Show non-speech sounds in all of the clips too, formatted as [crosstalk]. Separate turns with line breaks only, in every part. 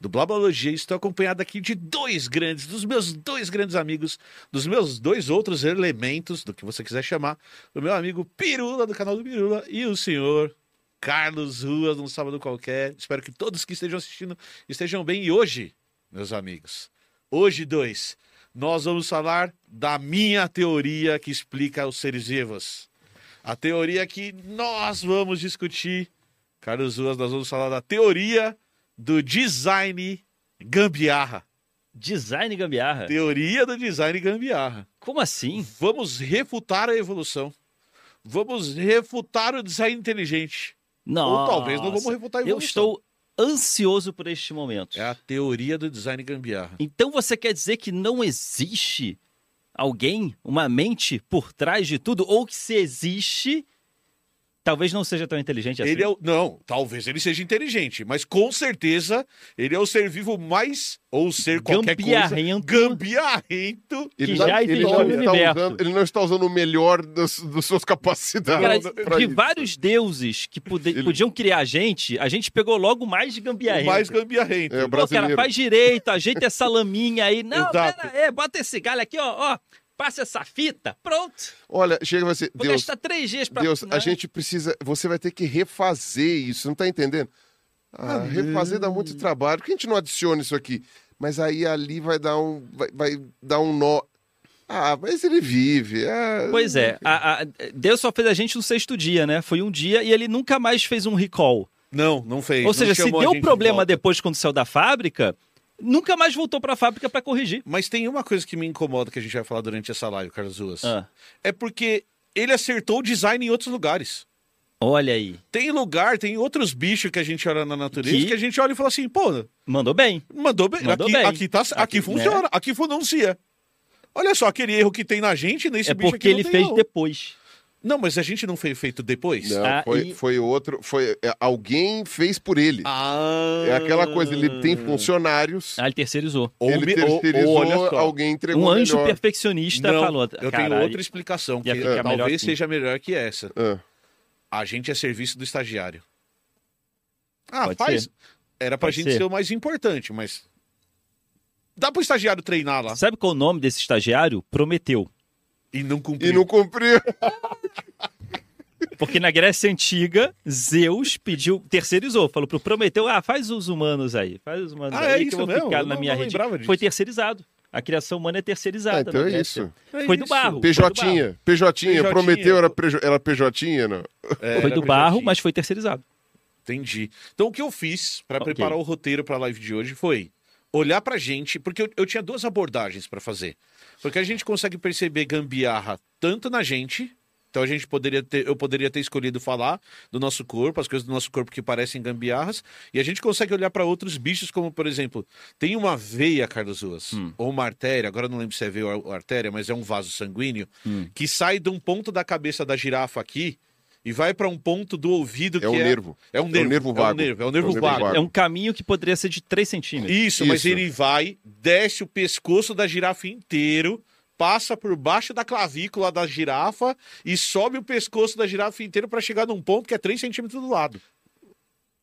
do Blabologia, e estou acompanhado aqui de dois grandes, dos meus dois grandes amigos, dos meus dois outros elementos, do que você quiser chamar, do meu amigo Pirula, do canal do Pirula, e o senhor Carlos Ruas, num sábado qualquer. Espero que todos que estejam assistindo estejam bem. E hoje, meus amigos, hoje dois, nós vamos falar da minha teoria que explica os seres vivos. A teoria que nós vamos discutir, Carlos Ruas, nós vamos falar da teoria do design gambiarra.
Design gambiarra?
Teoria do design gambiarra.
Como assim?
Vamos refutar a evolução. Vamos refutar o design inteligente.
Não.
Ou talvez não vamos refutar a
Eu
evolução.
estou ansioso por este momento.
É a teoria do design gambiarra.
Então você quer dizer que não existe alguém, uma mente por trás de tudo, ou que se existe, talvez não seja tão inteligente assim.
Ele é o... Não, talvez ele seja inteligente, mas com certeza ele é o ser vivo mais, ou ser qualquer coisa,
Gambiarrento.
gambiarrento
Que
não-
já
ele,
existiu
não
no
está
universo.
usando, ele não está usando o melhor das, das suas
Cara,
capacidades. pra-
de
pra isso.
vários deuses que pude-
Ele-
podiam criar a gente, a gente pegou logo mais
o
gambiarrento.
mais gambiarrento.
É, o
Pô,
brasileiro.
cara, faz direito, ajeita essa
[laughs]
laminha aí. Não,
Exato.
pera, é, bota esse galho aqui, ó, ó. Passa essa fita, pronto.
Olha, chega e vai ser,
Vou
Deus,
gastar três dias pra...
Deus, a
Não.
gente precisa, você vai ter que refazer isso, não tá entendendo? Ah, refazer dá muito trabalho, por que a gente não adiciona isso aqui? Mas aí ali vai dar um, vai, vai dar um nó. Ah, mas ele vive. ah,
Pois é, a- a- Deus só fez a gente no sexto dia, né? Foi um dia e ele nunca mais fez um recall.
Não, não fez.
Ou
não
seja, se
chamou a gente
deu
de
problema
volta.
depois quando saiu da fábrica, nunca mais voltou pra fábrica pra corrigir.
Mas tem uma coisa que me incomoda que a gente vai falar durante essa live, Carlos Ruas.
Ah,
É porque ele acertou o design em outros lugares.
olha aí,
Tem lugar, tem outros bichos que a gente olha na natureza
Que-
que, a gente olha e fala assim, pô,
mandou bem.
mandou bem.
Mandou
aqui,
bem.
aqui tá, aqui,
Aqui,
funciona,
né?
aqui pronuncia. Olha só, aquele erro que tem na gente, nesse
é
bicho
porque
aqui não
ele
tem,
fez
não.
depois.
Não, mas a gente não foi feito depois?
Não,
Ah,
foi,
e-
foi outro, foi é, alguém fez por ele.
Ah...
É aquela coisa, ele tem funcionários,
Ah, ele terceirizou.
Ou
ele
me- ou- ou
terceirizou,
olha só.
alguém entregou
Um anjo
melhor.
perfeccionista
Não,
falou.
tá eu
"Cara,
tenho outra explicação, que
ia ficar melhor
talvez
assim."
seja melhor que essa.
Ah.
A gente é serviço do estagiário. Ah,
Pode
faz.
ser.
Era pra
Pode
gente
ser.
ser o mais importante, mas. Dá pro estagiário treinar lá.
Sabe qual é o nome desse estagiário? Prometeu.
E não cumprir.
E não cumpriu.
[laughs] Porque na Grécia Antiga, Zeus pediu, terceirizou, falou pro Prometeu, ah, faz os humanos aí, faz os humanos
Ah,
aí
é
que
isso
eu vou
mesmo?
ficar
Eu
na
não-
minha
não
rede.
lembrava disso.
Foi terceirizado. A criação humana é terceirizada.
Ah, então
na
é
Grécia.
isso.
É
Foi do
isso.
barro. Foi do barro.
PJ, PJ,
PJ,
prometeu, era, prejo, era né? PJ, não?
É, era
Foi do barro,
projetinho.
mas foi terceirizado.
Entendi. Então, o que eu fiz pra
Ok.
preparar o roteiro pra live de hoje foi olhar pra gente, porque eu, eu tinha duas abordagens pra fazer. Porque a gente consegue perceber gambiarra tanto na gente. Então a gente poderia ter, eu poderia ter escolhido falar do nosso corpo, as coisas do nosso corpo que parecem gambiarras, e a gente consegue olhar pra outros bichos, como por exemplo, tem uma veia, Carlos Ruas, ou uma artéria, agora eu não lembro se é veia ou artéria, mas é um vaso sanguíneo, que sai de um ponto da cabeça da girafa aqui e vai pra um ponto do ouvido que
É um
é
nervo.
é um nervo, é um
vago.
nervo, é um nervo vago.
É um caminho que poderia ser de 3 centímetros.
Isso, mas
Isso.
ele vai, desce o pescoço da girafa inteiro, passa por baixo da clavícula da girafa e sobe o pescoço da girafa inteiro para chegar num ponto que é 3 centímetros do lado.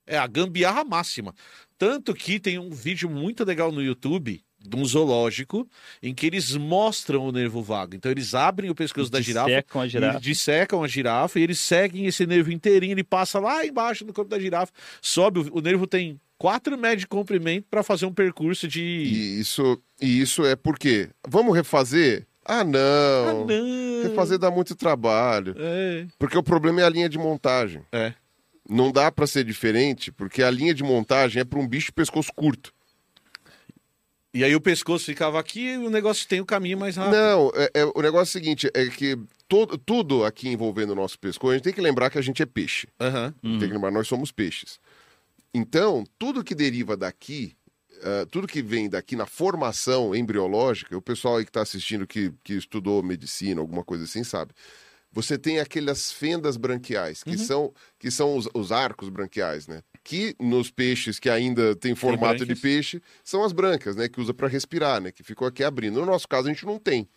É a gambiarra máxima. Tanto que tem um vídeo muito legal no YouTube de um zoológico em que eles mostram o nervo vago. Então eles abrem o pescoço da girafa,
Dissecam a girafa.
eles dissecam a girafa e eles seguem esse nervo inteirinho, ele passa lá embaixo do corpo da girafa, sobe, o, o nervo tem 4 metros de comprimento para fazer um percurso de
E isso, e isso é porque. Vamos refazer? Ah,
Ah,
não.
não.
Refazer dá muito trabalho.
É.
Porque o problema é a linha de montagem.
É.
Não dá pra ser diferente, porque a linha de montagem é pra um bicho de pescoço curto.
E aí o pescoço ficava aqui e o negócio tem o caminho mais rápido.
Não, é- é- o negócio é o seguinte: é que todo, tudo aqui envolvendo o nosso pescoço, a gente tem que lembrar que a gente é peixe.
Aham.
Tem que lembrar, nós somos peixes. Então, tudo que deriva daqui, ah, tudo que vem daqui na formação embriológica, o pessoal aí que está assistindo que, que estudou medicina, alguma coisa assim, sabe? Você tem aquelas fendas branquiais, que são, que são os, os arcos branquiais, né? Que nos peixes que ainda tem formato de
branquias.
peixe, são as brancas, né? Que usa para respirar, né? Que ficou aqui abrindo. No nosso caso, a gente não tem.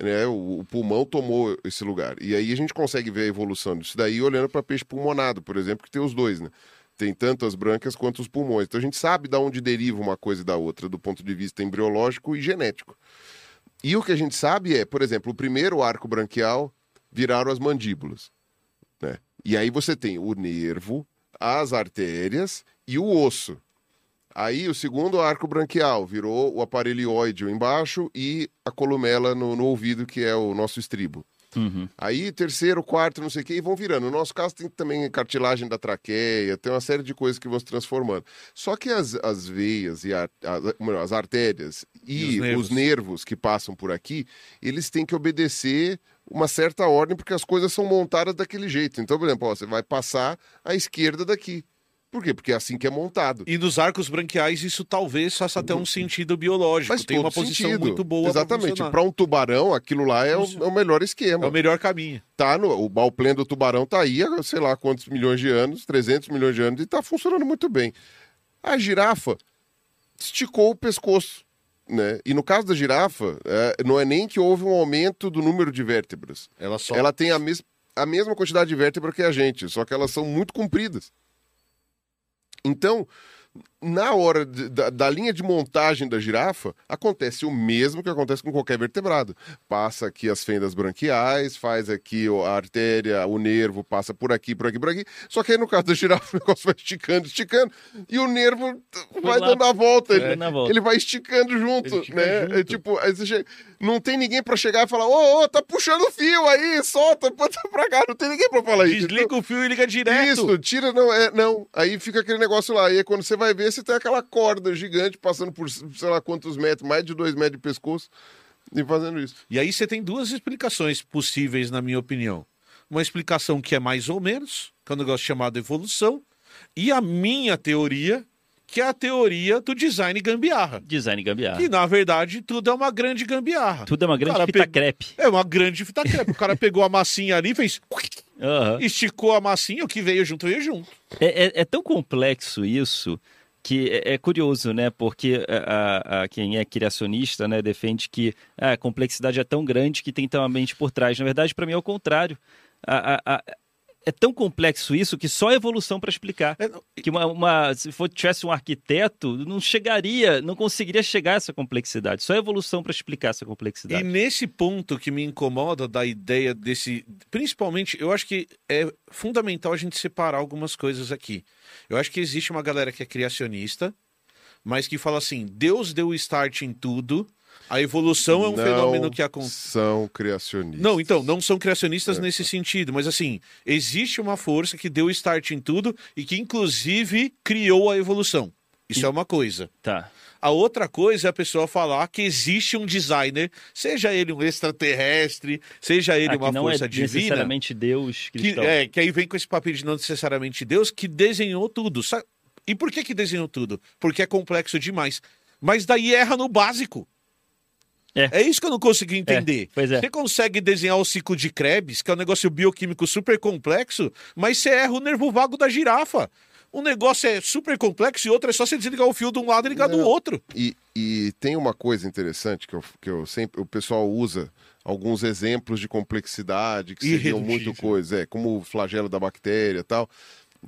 Né? O, o pulmão tomou esse lugar. E aí a gente consegue ver a evolução disso daí olhando para peixe pulmonado, por exemplo, que tem os dois, né? Tem tanto as brancas quanto os pulmões. Então a gente sabe de onde deriva uma coisa e da outra, do ponto de vista embriológico e genético. E o que a gente sabe é, por exemplo, o primeiro arco branquial viraram as mandíbulas. Né? E aí você tem o nervo, as artérias e o osso. Aí o segundo arco branquial virou o aparelhoide embaixo e a columela no, no ouvido, que é o nosso estribo.
Uhum.
Aí terceiro, quarto, não sei o quê, e vão virando. No nosso caso tem também cartilagem da traqueia, tem uma série de coisas que vão se transformando. Só que as, as veias e a- as, melhor, as artérias e,
E os nervos.
os nervos que passam por aqui, eles têm que obedecer uma certa ordem, porque as coisas são montadas daquele jeito. Então, por exemplo, ó, você vai passar à esquerda daqui. Por quê? Porque é assim que é montado.
E nos arcos branquiais isso talvez faça até um sentido biológico.
Mas
tem
todo
uma posição
sentido.
muito boa pra
Exatamente.
funcionar.
Para um tubarão, aquilo lá é o, é o melhor esquema.
É o melhor caminho.
tá no, o balplen do tubarão tá aí há sei lá quantos milhões de anos, 300 milhões de anos, e tá funcionando muito bem. A girafa esticou o pescoço, né? E no caso da girafa, é, não é nem que houve um aumento do número de vértebras.
Ela só
Ela tá tem a, mes a mesma quantidade de vértebra que a gente, só que elas são muito compridas. Então, na hora de- da, da linha de montagem da girafa, acontece o mesmo que acontece com qualquer vertebrado. Passa aqui as fendas branquiais, faz aqui o- a artéria, o nervo, passa por aqui, por aqui, por aqui. Só que aí no caso da girafa, [laughs] o negócio vai esticando, esticando, e o nervo vai
lá,
dando a volta.
vai
Ele,
É, dando a volta.
ele vai esticando junto,
Ele estica
né?
junto.
É tipo, aí você chega- não tem ninguém pra chegar e falar, ô, ô, tá puxando fio aí, solta, [laughs] bota pra cá, não tem ninguém pra falar isso.
desliga o fio e liga direto.
então Isso, tira, não, é, não. Aí fica aquele negócio lá. E aí, quando você vai ver, você tem aquela corda gigante passando por sei lá quantos metros, mais de dois metros de pescoço, e fazendo isso.
E aí você tem duas explicações possíveis, na minha opinião. Uma explicação que é mais ou menos, que é um negócio chamado evolução, e a minha teoria, que é a teoria do design gambiarra.
Design gambiarra.
Que, na verdade, tudo é uma grande gambiarra.
Ah. Tudo é uma grande
Cara,
fita
pe-
crepe.
É uma grande fita crepe. O cara pegou a massinha ali, fez... [laughs]
Aham.
Esticou a massinha, o que veio junto, veio junto.
É, é- é tão complexo isso que é, é curioso, né? Porque é, a, a- quem é criacionista né, defende que ah, a complexidade é tão grande que tem tão a mente por trás. Na verdade, para mim é o contrário. A- a- a- é tão complexo isso que só a evolução para explicar.
É, não-
Que uma, uma- se for, tivesse um arquiteto, não chegaria, não conseguiria chegar a essa complexidade. Só a evolução para explicar essa
E
complexidade.
nesse ponto que me incomoda da ideia desse. Principalmente, eu acho que é fundamental a gente separar algumas coisas aqui. Eu acho que existe uma galera que é criacionista, mas que fala assim: Deus deu o start em tudo, a evolução é um fenômeno que acontece.
São criacionistas.
Não, então, não são criacionistas nesse sentido, mas assim, existe uma força que deu o start em tudo e que, inclusive, criou a evolução. Isso é uma coisa.
Tá.
A outra coisa é a pessoa falar que existe um designer, seja ele um extraterrestre, seja ele
Ah, que
uma
não
força
é
divina,
necessariamente Deus
que,
cristão.
é, que aí vem com esse papel de não necessariamente Deus, que desenhou tudo. sa- E por que que desenhou tudo? Porque é complexo demais. Mas daí erra no básico.
É.
É isso que eu não consigo entender.
pois é.
Você consegue desenhar o ciclo de Krebs, que é um negócio bioquímico super complexo, mas você erra o nervo vago da girafa. Um negócio é super complexo e outro é só você desligar o fio de um lado e ligar do
Não.
outro.
E, e tem uma coisa interessante que, eu, que eu sempre o pessoal usa alguns exemplos de complexidade que seriam
Irredutível.
muito coisa, é, como o flagelo da bactéria e tal.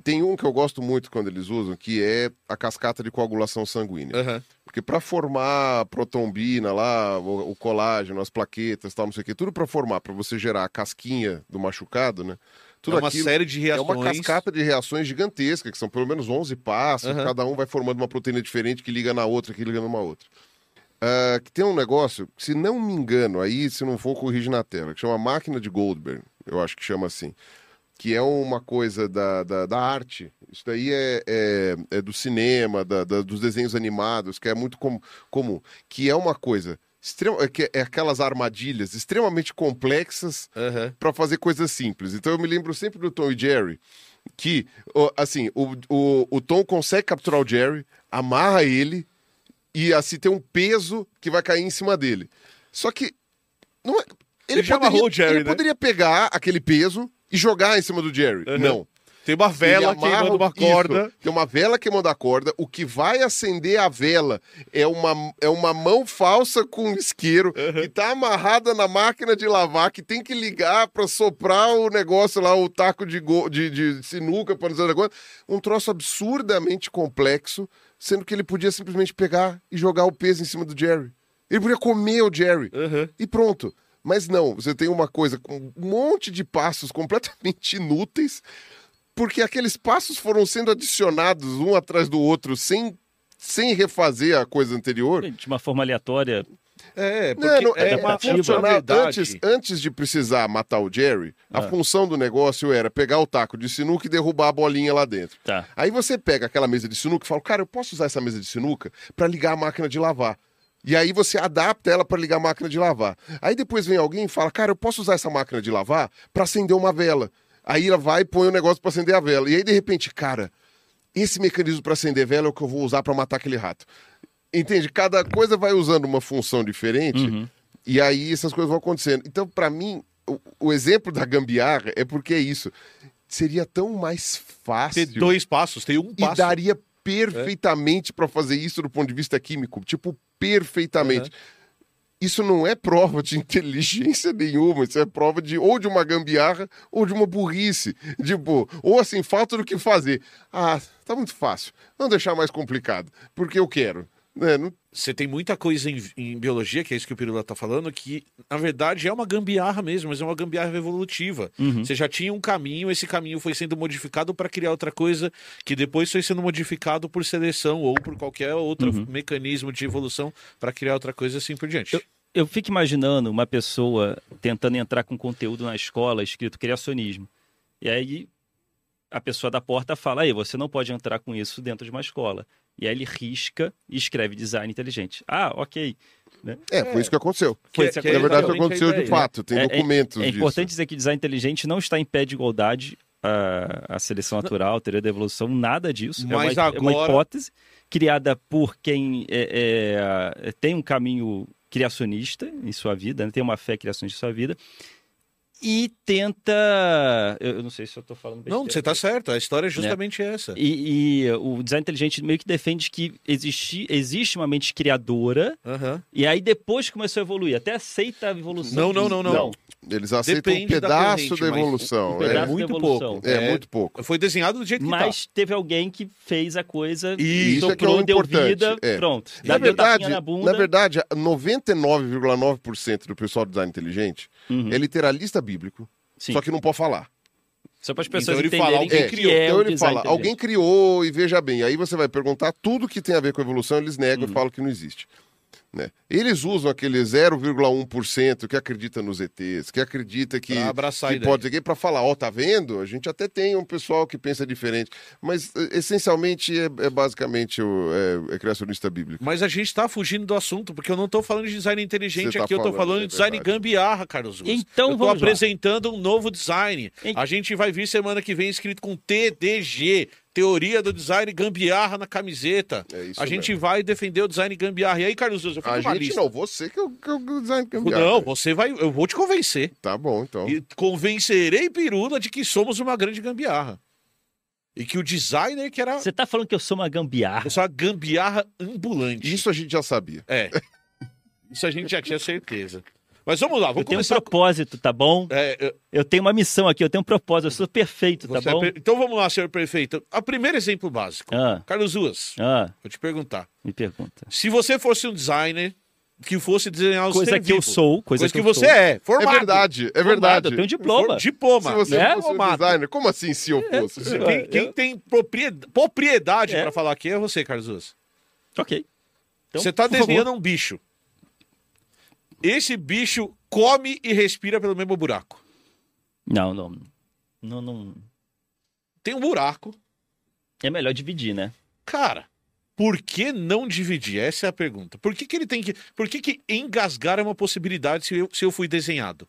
Tem um que eu gosto muito quando eles usam, que é a cascata de coagulação sanguínea.
Aham.
Porque para formar a protombina lá, o, o colágeno, as plaquetas, tal, não sei o quê, tudo para formar, para você gerar a casquinha do machucado, né? Tudo
é uma
aquilo
série de
é
reações.
uma cascata de reações gigantesca, que são pelo menos 11 passos,
Aham.
cada um vai formando uma proteína diferente que liga na outra, que liga numa outra. Ah, que tem um negócio, que, se não me engano, aí se não for corrige na tela, que chama máquina de Goldberg, eu acho que chama assim, que é uma coisa da, da, da arte. Isso daí é, é, é do cinema, da- da- dos desenhos animados, que é muito com- comum, que é uma coisa, extrema, é que é aquelas armadilhas extremamente complexas
Aham.
para fazer coisas simples. Então eu me lembro sempre do Tom e Jerry, que, ó, assim, o, o, o Tom consegue capturar o Jerry, amarra ele e, assim, tem um peso que vai cair em cima dele. Só que. Não é- ele,
Ele já
poderia,
amarrou o Jerry,
ele
né?
poderia pegar aquele peso e jogar em cima do Jerry.
Aham.
Não.
Tem uma
Ele
vela
amarra
queimando uma
isso.
corda.
Tem uma vela queimando a corda. O que vai acender a vela é uma, é uma mão falsa com um isqueiro que tá amarrada na máquina de lavar, que tem que ligar para soprar o negócio lá, o taco de, go- de, de sinuca, para não dizer negócio. Um troço absurdamente complexo, sendo que ele podia simplesmente pegar e jogar o peso em cima do Jerry. Ele podia comer o Jerry.
Aham.
E pronto. Mas não, você tem uma coisa com um monte de passos completamente inúteis, porque aqueles passos foram sendo adicionados um atrás do outro sem, sem refazer a coisa anterior.
De uma forma aleatória.
É, porque
Não, não,
é,
é,
uma
adaptativa.
funcional.
funcionalidade. Ah.
Antes, antes de precisar matar o Jerry, a função do negócio era pegar o taco de sinuca e derrubar a bolinha lá dentro.
Tá.
Aí você pega aquela mesa de sinuca e fala, cara, eu posso usar essa mesa de sinuca para ligar a máquina de lavar. E aí você adapta ela para ligar a máquina de lavar. Aí depois vem alguém e fala, cara, eu posso usar essa máquina de lavar para acender uma vela. Aí ela vai e põe o negócio para acender a vela. E aí de repente, cara, esse mecanismo para acender vela é o que eu vou usar para matar aquele rato. Entende? Cada coisa vai usando uma função diferente e aí essas coisas vão acontecendo. Então, para mim, o, o exemplo da gambiarra é porque é isso. Seria tão mais
Tem
fácil
dois passos, tem um
e
passo.
daria perfeitamente pra para fazer isso do ponto de vista químico, tipo perfeitamente. Isso não é prova de [laughs] inteligência nenhuma, isso é prova de ou de uma gambiarra ou de uma burrice, tipo, ou assim, falta do que fazer. Ah, tá muito fácil. Vamos deixar mais complicado, porque eu quero, né? Não-
Você tem muita coisa em, em biologia, que é isso que o Pirula tá falando, que na verdade é uma gambiarra mesmo, mas é uma gambiarra evolutiva.
Uhum.
Hum.
Você já tinha um caminho, esse caminho foi sendo modificado para criar outra coisa, que depois foi sendo modificado por seleção ou por qualquer outro
Uhum.
mecanismo de evolução para criar outra coisa e assim por diante.
Eu, eu fico imaginando uma pessoa tentando entrar com conteúdo na escola escrito criacionismo. E aí a pessoa da porta fala: aí, você não pode entrar com isso dentro de uma escola. E aí ele risca e escreve design inteligente. Ah, ok.
É, foi isso que aconteceu.
Foi
Que-
isso
que
que
é
Na verdade, foi o que
exatamente a
aconteceu de
ideia.
fato, tem
É-
documentos
É
disso.
importante dizer que design inteligente não está em pé de igualdade à, à seleção natural, à teoria da evolução, nada disso.
Mas
é, uma, é uma
agora-
hipótese criada por quem é, é, tem um caminho criacionista em sua vida, né, tem uma fé criacionista em sua vida, e tenta. Eu, eu não sei se eu estou falando bem.
Não, você tá certo, a história é
Né?
justamente essa.
E, e o design inteligente meio que defende que existe, existe uma mente criadora,
Aham.
e aí depois começou a evoluir, até aceita a evolução.
Não, não, não, não.
Eles aceitam um
Depende da
pedaço da,
corrente, mas um
evolução.
pedaço
é,
da
muito,
evolução.
é, muito pouco.
Foi desenhado do jeito que tá.
Mas teve alguém que fez a coisa,
Isso. Isso é que é o
soprou, deu
importante,
vida,
é.
pronto.
Na
Deu tapinha
verdade,
na
na,
bunda.
verdade, 99,9% do pessoal do design inteligente
Uhum.
é literalista bíblico,
Sim.
só que não pode falar.
Só para as pessoas
ele fala,
entenderem
alguém
o que
criou.
Então é
então
o
ele
design
fala,
inteligente.
alguém criou e veja bem. Aí você vai perguntar tudo que tem a ver com evolução, eles negam e
Uhum.
falam que não existe. né? Eles usam aquele 0,1% que acredita nos ETs, que acredita que,
Pra abraçar a
que
ideia.
pode ser para falar, ó, tá vendo? A gente até tem um pessoal que pensa diferente, mas eh, essencialmente é, é basicamente o é- é criacionista bíblico.
Mas a gente tá fugindo do assunto, porque eu não tô falando de design inteligente
Você tá
aqui, eu tô
falando,
falando de
é
design
verdade.
gambiarra, Carlos Russo.
Então
eu tô
vamos lá.
apresentando um novo design.
Em-
A gente vai vir semana que vem escrito com TDG, Teoria do Design Gambiarra na camiseta.
É isso
a gente vai defender o design gambiarra. E aí, Carlos Russo, eu fico
A
uma
gente
lista.
não, você que é o, que é o design cambiado.
Não, você vai, eu vou te convencer.
Tá bom, então.
E convencerei Pirula de que somos uma grande gambiarra. E que o designer que era
Você tá falando que eu sou uma gambiarra.
essa gambiarra ambulante.
Isso a gente já sabia.
É. Isso a gente já tinha certeza. Mas vamos lá, vamos
Eu tenho um
começar. com-
propósito, tá bom?
É, é,
Eu tenho uma missão aqui, eu tenho um propósito, eu sou perfeito, tá
você é
bom?
per- Então vamos lá, senhor prefeito. O primeiro exemplo básico.
Ah.
Carlos Ruas,
Ah,
vou te perguntar.
me pergunta.
Se você fosse um designer que fosse desenhar os
Coisa
ser
que eu
vivo,
sou, coisa
coisa
que
que,
eu
você
sou.
é,
É
formado.
verdade, é
Formado,
verdade.
Eu tenho um diploma.
For- Diploma.
Se você
né?
fosse um
Formado.
designer, como assim se eu fosse?
É,
Você-
Quem, quem
Eu-
tem propriedade, propriedade
É.
pra falar aqui é você, Carlos Ruas.
Ok. Então,
você tá
por favor.
desenhando um bicho. Esse bicho come e respira pelo mesmo buraco.
Não, não. Não, não.
Tem um buraco.
É melhor dividir, né?
Cara, por que não dividir? Essa é a pergunta. Por que, que ele tem que. Por que, que engasgar é uma possibilidade se eu, se eu fui desenhado?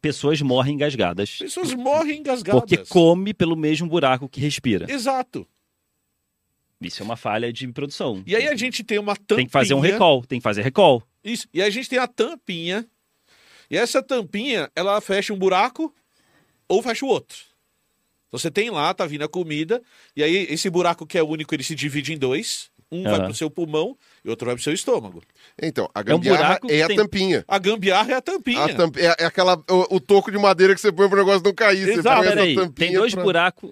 Pessoas morrem engasgadas.
Pessoas morrem engasgadas.
Porque come pelo mesmo buraco que respira.
Exato.
Isso é uma falha de produção.
E aí a gente tem uma tampinha.
Tem que fazer um recall, tem que fazer recall.
Isso. E aí a gente tem a tampinha. E essa tampinha, ela fecha um buraco ou fecha o outro. Então você tem lá, tá vindo a comida, e aí esse buraco que é único, ele se divide em dois. Um vai
Aham.
pro seu pulmão e outro vai pro seu estômago.
Então, a gambiarra
um buraco que
é, a
tem-
tampinha.
A gambiarra é a tampinha.
A tamp- é, é aquela, o, o toco de madeira que você põe pro negócio não cair. Você
Exato,
põe essa
Peraí,
tampinha
tem dois
pra-
buracos,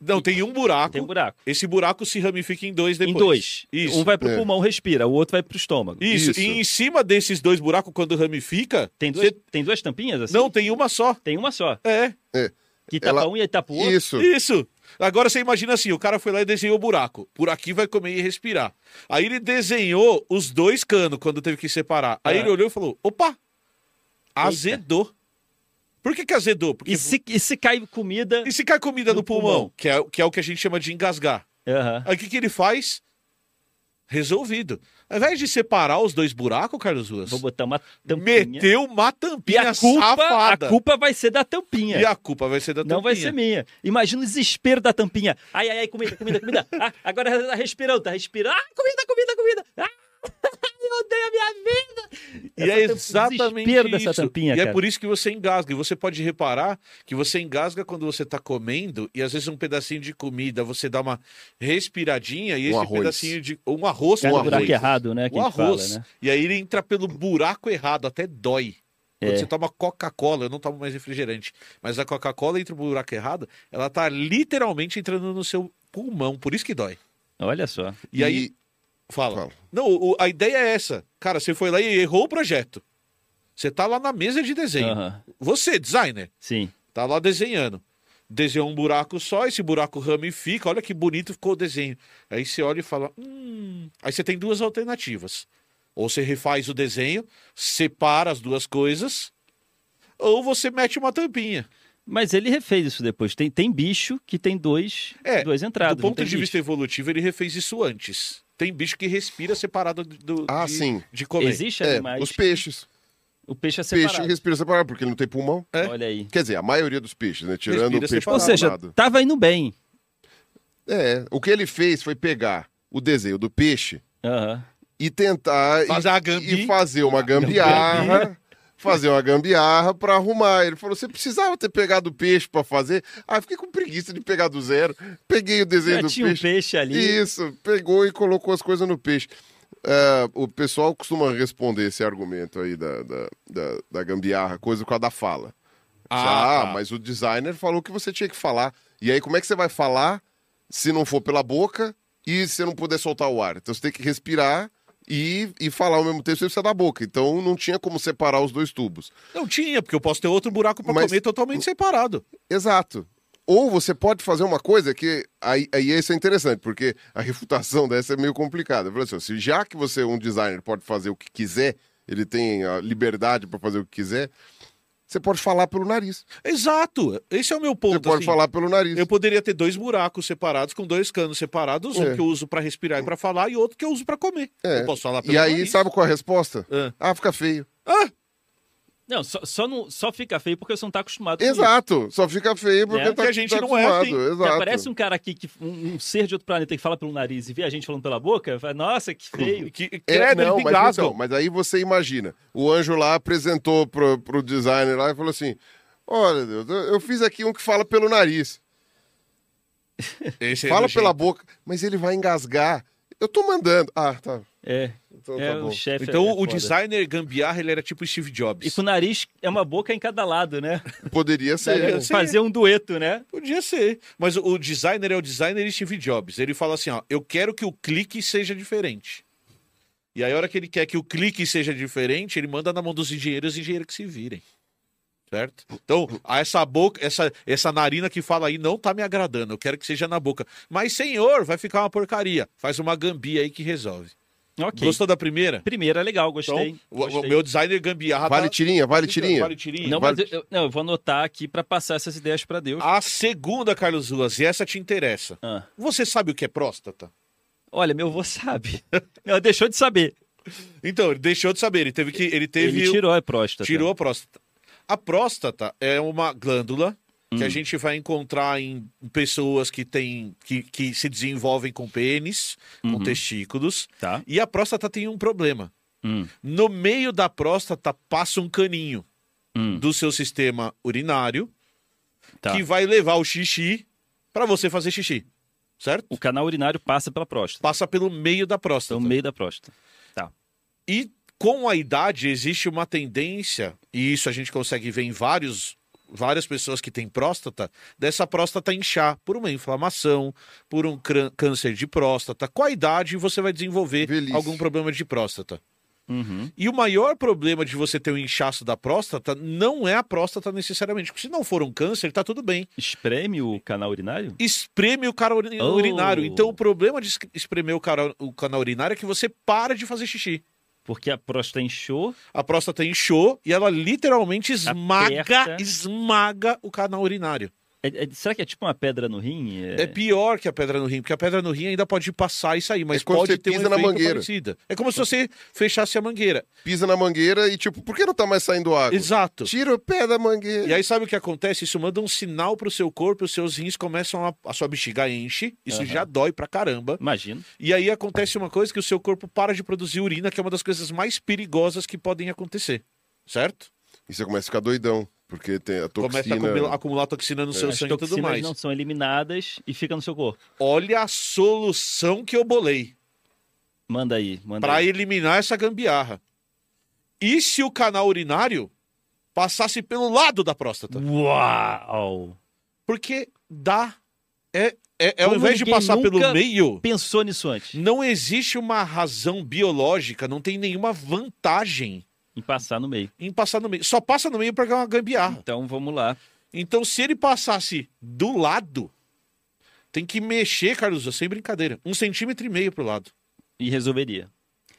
Não, tem um buraco.
tem um buraco.
Esse buraco se ramifica em dois depois.
Em dois.
Isso.
Um vai pro
É.
pulmão, respira, o outro vai pro estômago.
Isso.
Isso.
E em cima desses dois buracos, quando ramifica.
Tem, duas,
cê-
tem duas tampinhas assim?
Não, tem uma só.
Tem uma só.
É.
É.
Que tapa
Ela-
um e tapa o outro.
Isso.
Isso. Agora você imagina assim: o cara foi lá e desenhou o buraco. Por aqui vai comer e respirar. Aí ele desenhou os dois canos quando teve que separar. Aí
É.
ele olhou e falou: opa, azedou. Por que, que azedou? Porque
E se, e se cai comida.
e se cai comida no,
No
pulmão,
pulmão?
Que, é, que é o que a gente chama de engasgar.
Aham.
Aí o que, que ele faz? Resolvido. Ao invés de separar os dois buracos, Carlos Ruas,
Vou botar uma tampinha.
meteu uma
e
tampinha
a culpa,
safada.
a culpa vai ser da tampinha.
E a culpa vai ser da tampinha.
Não vai ser minha. Imagina o desespero da tampinha. Ai, ai, ai, comida, comida, comida. [laughs] Ah, agora tá respirando, tá respirando. Ah, comida, comida, comida. Ah, [laughs] eu odeio a minha vida.
E é
Essa tamp-
exatamente
desespero
isso.
dessa tampinha,
e
cara.
é por isso que você engasga. E você pode reparar que você engasga quando você está comendo e às vezes um pedacinho de comida, você dá uma respiradinha e
Um
esse
arroz.
pedacinho de ou um arroz,
Cai
um
no
arroz.
buraco errado, né? Que
um
a gente fala,
arroz.
né?
E aí ele entra pelo buraco errado, até dói. Quando
É.
você toma Coca-Cola, eu não tomo mais refrigerante, mas a Coca-Cola entra no buraco errado, ela tá literalmente entrando no seu pulmão, por isso que dói.
Olha só.
E, aí Fala.
Fala.
Não, o- a ideia é essa. Cara, você foi lá e errou o projeto. Você tá lá na mesa de desenho.
Aham.
Você, designer,
Sim.
tá lá desenhando. Desenhou um buraco só, esse buraco ramifica, olha que bonito ficou o desenho. Aí você olha e fala, hum... Aí você tem duas alternativas. Ou você refaz o desenho, separa as duas coisas, ou você mete uma tampinha.
Mas ele refez isso depois. Tem, tem bicho que tem dois,
É,
duas entradas.
do
não
ponto de
tem bicho.
vista evolutivo, ele refez isso antes. Tem bicho que respira separado do,
Ah,
de,
sim.
de comer.
Existe
É,
animais.
os peixes.
O peixe é
Peixe
separado.
respira separado, porque ele não tem pulmão.
É.
Olha aí.
Quer dizer, a maioria dos peixes, né? Tirando
Respira
o peixe
Ou
separado.
seja,
parado.
tava indo bem.
É, o que ele fez foi pegar o desenho do peixe
Aham.
e tentar e-
Fazer a gambi-
e fazer uma gambiarra, fazer uma gambiarra pra arrumar. Ele falou: "Você precisava ter pegado o peixe pra fazer". Ah, fiquei com preguiça de pegar do zero. Peguei o desenho
Já
do
tinha um
peixe.
peixe ali.
Isso, pegou e colocou as coisas no peixe. Ah, o pessoal costuma responder esse argumento aí da, da, da, da gambiarra, coisa com a da fala. Ah,
Ah,
ah,
tá.
mas o designer falou que você tinha que falar. E aí, como é que você vai falar se não for pela boca e se não puder soltar o ar? Então você tem que respirar e, e falar ao mesmo tempo, você precisa da boca. Então não tinha como separar os dois tubos.
Não tinha, porque eu posso ter outro buraco pra
Mas-
comer totalmente separado.
Exato. Ou você pode fazer uma coisa que. Aí, aí isso é interessante, porque a refutação dessa é meio complicada. Eu falei assim, ó, se já que você, um designer, pode fazer o que quiser, ele tem a liberdade para fazer o que quiser, você pode falar pelo nariz.
Exato. Esse é o meu ponto.
Você pode
assim.
falar pelo nariz.
Eu poderia ter dois buracos separados com dois canos separados, um
É.
que eu uso pra respirar e pra falar e outro que eu uso pra comer.
É.
Eu posso falar pelo
E aí,
nariz.
sabe qual é a resposta?
Ah.
Ah, fica feio.
Não, só, só, não, só fica feio porque você não tá acostumado com isso.
Exato. Só fica feio porque
É,
tá,
que a gente
tá
não é assim.
acostumado.
Cara,
Exato.
Parece um cara aqui, que, um, um ser de outro planeta que fala pelo nariz e vê a gente falando pela boca, fala, nossa, que
[laughs]
feio.
Que, credo,
É, não,
ele
mas,
engasga.
então, mas aí você imagina, o anjo lá apresentou pro, pro designer lá e falou assim, olha, Deus, eu- eu fiz aqui um que fala pelo nariz,
Esse é
fala
nojento.
pela boca, mas ele vai engasgar. Eu tô mandando. Ah, tá.
É,
Então
é
tá
o
bom.
chefe. é-
Então
é
o
foda.
designer gambiarra, ele era tipo Steve Jobs.
E com o nariz é uma boca em cada lado, né?
Poderia
Sério?
[laughs]
ser.
sei.
Fazer um dueto, né?
Podia ser. Mas o- o designer é o designer Steve Jobs. Ele fala assim, ó, eu quero que o clique seja diferente. E aí, a hora que ele quer que o clique seja diferente, ele manda na mão dos engenheiros e engenheiros que se virem. Certo? Então, a essa boca, essa, essa narina que fala aí não tá me agradando. Eu quero que seja na boca. Mas, senhor, vai ficar uma porcaria. Faz uma gambia aí que resolve.
Ok.
Gostou da primeira?
Primeira, legal, gostei.
Então, o- o,
gostei.
meu designer gambiarra...
Vale
tá-
tirinha, vale tirinha.
Vale tirinha.
Não,
vale-
mas eu, eu- não, eu vou anotar aqui pra passar essas ideias pra Deus.
A segunda, Carlos Ruas, e essa te interessa.
Ah.
Você sabe o que é próstata?
Olha, meu avô sabe. [laughs] Não, deixou de saber.
Então, ele deixou de saber, ele teve que. Ele teve.
Ele tirou a próstata.
tirou a próstata. A próstata é uma glândula que
Hum.
a gente vai encontrar em pessoas que têm. que, que se desenvolvem com pênis, com testículos.
Uhum. Tá.
E a próstata tem um problema.
Hum.
No meio da próstata passa um caninho
Hum.
do seu sistema urinário
Tá.
que vai levar o xixi pra você fazer xixi. Certo?
O canal urinário passa pela próstata.
Passa pelo meio da próstata.
Então, meio da próstata. Tá.
E com a idade existe uma tendência, e isso a gente consegue ver em vários, várias pessoas que têm próstata, dessa próstata inchar por uma inflamação, por um crân- câncer de próstata. Com a idade você vai desenvolver
Velhice.
algum problema de próstata.
Uhum.
E o maior problema de você ter um inchaço da próstata não é a próstata necessariamente, porque se não for um câncer, tá tudo bem
Espreme o canal urinário?
espreme o canal uri-
Oh.
urinário. Então o problema de es- espremer o canal, o canal urinário é que você para de fazer xixi.
Porque a próstata inchou.
A próstata inchou e ela literalmente esmaga,
Aperta.
esmaga o canal urinário.
É- é- será que é tipo uma pedra no rim?
É. pior que a pedra no rim, porque a pedra no rim ainda pode passar e sair, mas
É quando
pode
você
ter um
pisa na
efeito
mangueira.
parecido. É como se você fechasse a mangueira.
Pisa na mangueira e tipo, por que não tá mais saindo água?
Exato.
Tira o pé da mangueira.
E aí sabe o que acontece? Isso manda um sinal pro seu corpo, os seus rins começam a, a sua bexiga enche, isso já dói pra caramba.
Imagino.
E aí acontece uma coisa que o seu corpo para de produzir urina, que é uma das coisas mais perigosas que podem acontecer. Certo?
E você começa a ficar doidão, porque tem a
Começa a
toxina.
acumula- acumular É. toxina no seu
As
sangue e tudo
toxinas
mais.
não são eliminadas e fica no seu corpo.
Olha a solução que eu bolei
Manda aí, manda
para
aí.
eliminar essa gambiarra. E se o canal urinário passasse pelo lado da
Hum.
próstata?
Uau!
Porque dá. É, é, é ao
Como
invés de
ninguém
passar pelo
nunca
meio,
Pensou nisso antes?
não existe uma razão biológica, não tem nenhuma vantagem
Em passar no meio.
em passar no meio. Só passa no meio para ganhar uma gambiarra.
Então vamos lá.
Então, se ele passasse do lado, tem que mexer, Carlos, sem brincadeira. Um centímetro e meio pro lado.
E resolveria.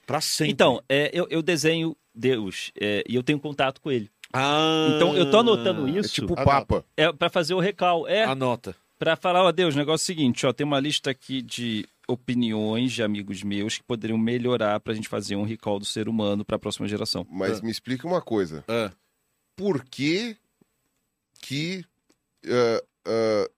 Pra sempre.
Então, é, eu, eu desenho Deus é, e eu tenho contato com ele.
Ah.
Então eu tô anotando
É
isso
tipo o
Ah,
Papa.
é para fazer o recal. É
Anota.
para falar, ó Deus, o negócio é o seguinte, ó, tem uma lista aqui de opiniões de amigos meus que poderiam melhorar pra gente fazer um recall do ser humano pra próxima geração.
Mas me explica uma coisa.
Ah.
Por que que ah, ah,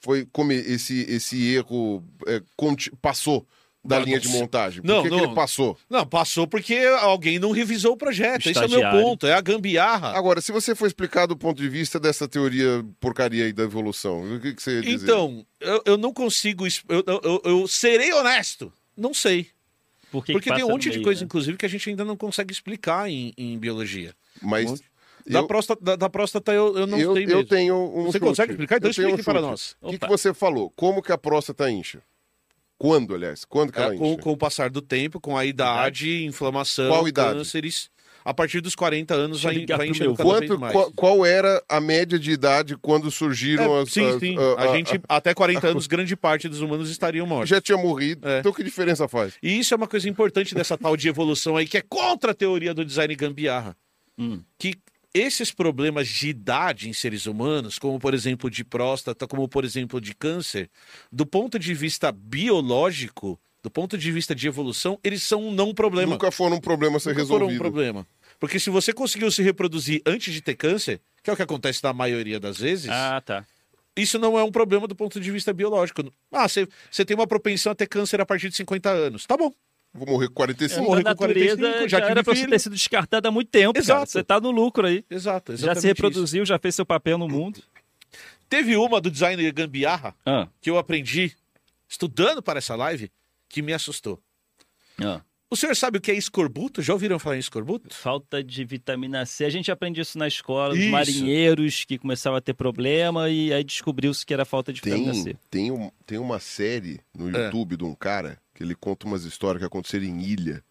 foi come, esse, esse erro eh, conti- passou da
Não,
linha
não
de
sei.
montagem? Por
Não,
que, que
não.
ele passou?
Não, passou porque alguém não revisou o projeto. Esse é o meu
Estagiário.
ponto. É a gambiarra.
Agora, se você for explicar do ponto de vista dessa teoria porcaria aí da evolução, o que, que você ia dizer?
Então, eu, eu não consigo. exp- Eu, eu- eu- eu serei honesto. Não sei.
Por que que
Porque tem
passa
um
no
monte de
meio,
coisa,
né?
inclusive, que a gente ainda não consegue explicar em, em biologia.
Mas
Da
eu,
próstata, da, da próstata eu, eu não
eu,
sei
eu
mesmo.
tenho um
Você
chute.
consegue explicar? Então
Eu tenho um
explique para
chute.
nós.
O que, que
Opa.
você falou? Como que a próstata incha? Quando, aliás? Quando que ela
É, com,
enche?
com o passar do tempo, com a idade, inflamação,
Qual idade?
cânceres. A partir dos 40 anos
Deixa eu
vai,
ligar
vai
pro
enchendo
meu.
cada
Quanto,
vez mais.
qual, qual era a média de idade quando surgiram
É,
as...
sim,
as-
sim.
a-
A, gente, até 40 anos, grande parte dos humanos estariam mortos.
já tinha morrido.
É.
Então que diferença faz?
E isso é uma coisa importante dessa tal de evolução aí, que é contra a teoria do design gambiarra. Que esses problemas de idade em seres humanos, como por exemplo de próstata, como por exemplo de câncer, do ponto de vista biológico, do ponto de vista de evolução, eles são um não problema.
Nunca foram um problema ser
Nunca
resolvido.
foram um problema. Porque se você conseguiu se reproduzir antes de ter câncer, que é o que acontece na maioria das vezes,
Ah, tá.
isso não é um problema do ponto de vista biológico. Ah, você você tem uma propensão a ter câncer a partir de 50 anos. Tá bom.
Vou morrer com 45.
morri
Na
com 45,
natureza,
já
já,
tive
era pra você
filho.
ter sido descartado há muito tempo. cara.
Exato.
Você tá no lucro aí.
Exato,
Já se
exatamente isso.
reproduziu, já fez seu papel no mundo.
Teve uma do designer gambiarra
Ah,
que eu aprendi estudando para essa live que me assustou.
ah.
O senhor sabe o que é escorbuto? Já ouviram falar em escorbuto?
Falta de vitamina C. A gente aprende isso na escola,
Isso.
os marinheiros que começavam a ter problema e aí descobriu-se que era falta de vitamina
Tem,
C.
tem, um- tem uma série no
É.
YouTube de um cara que ele conta umas histórias que aconteceram em ilha.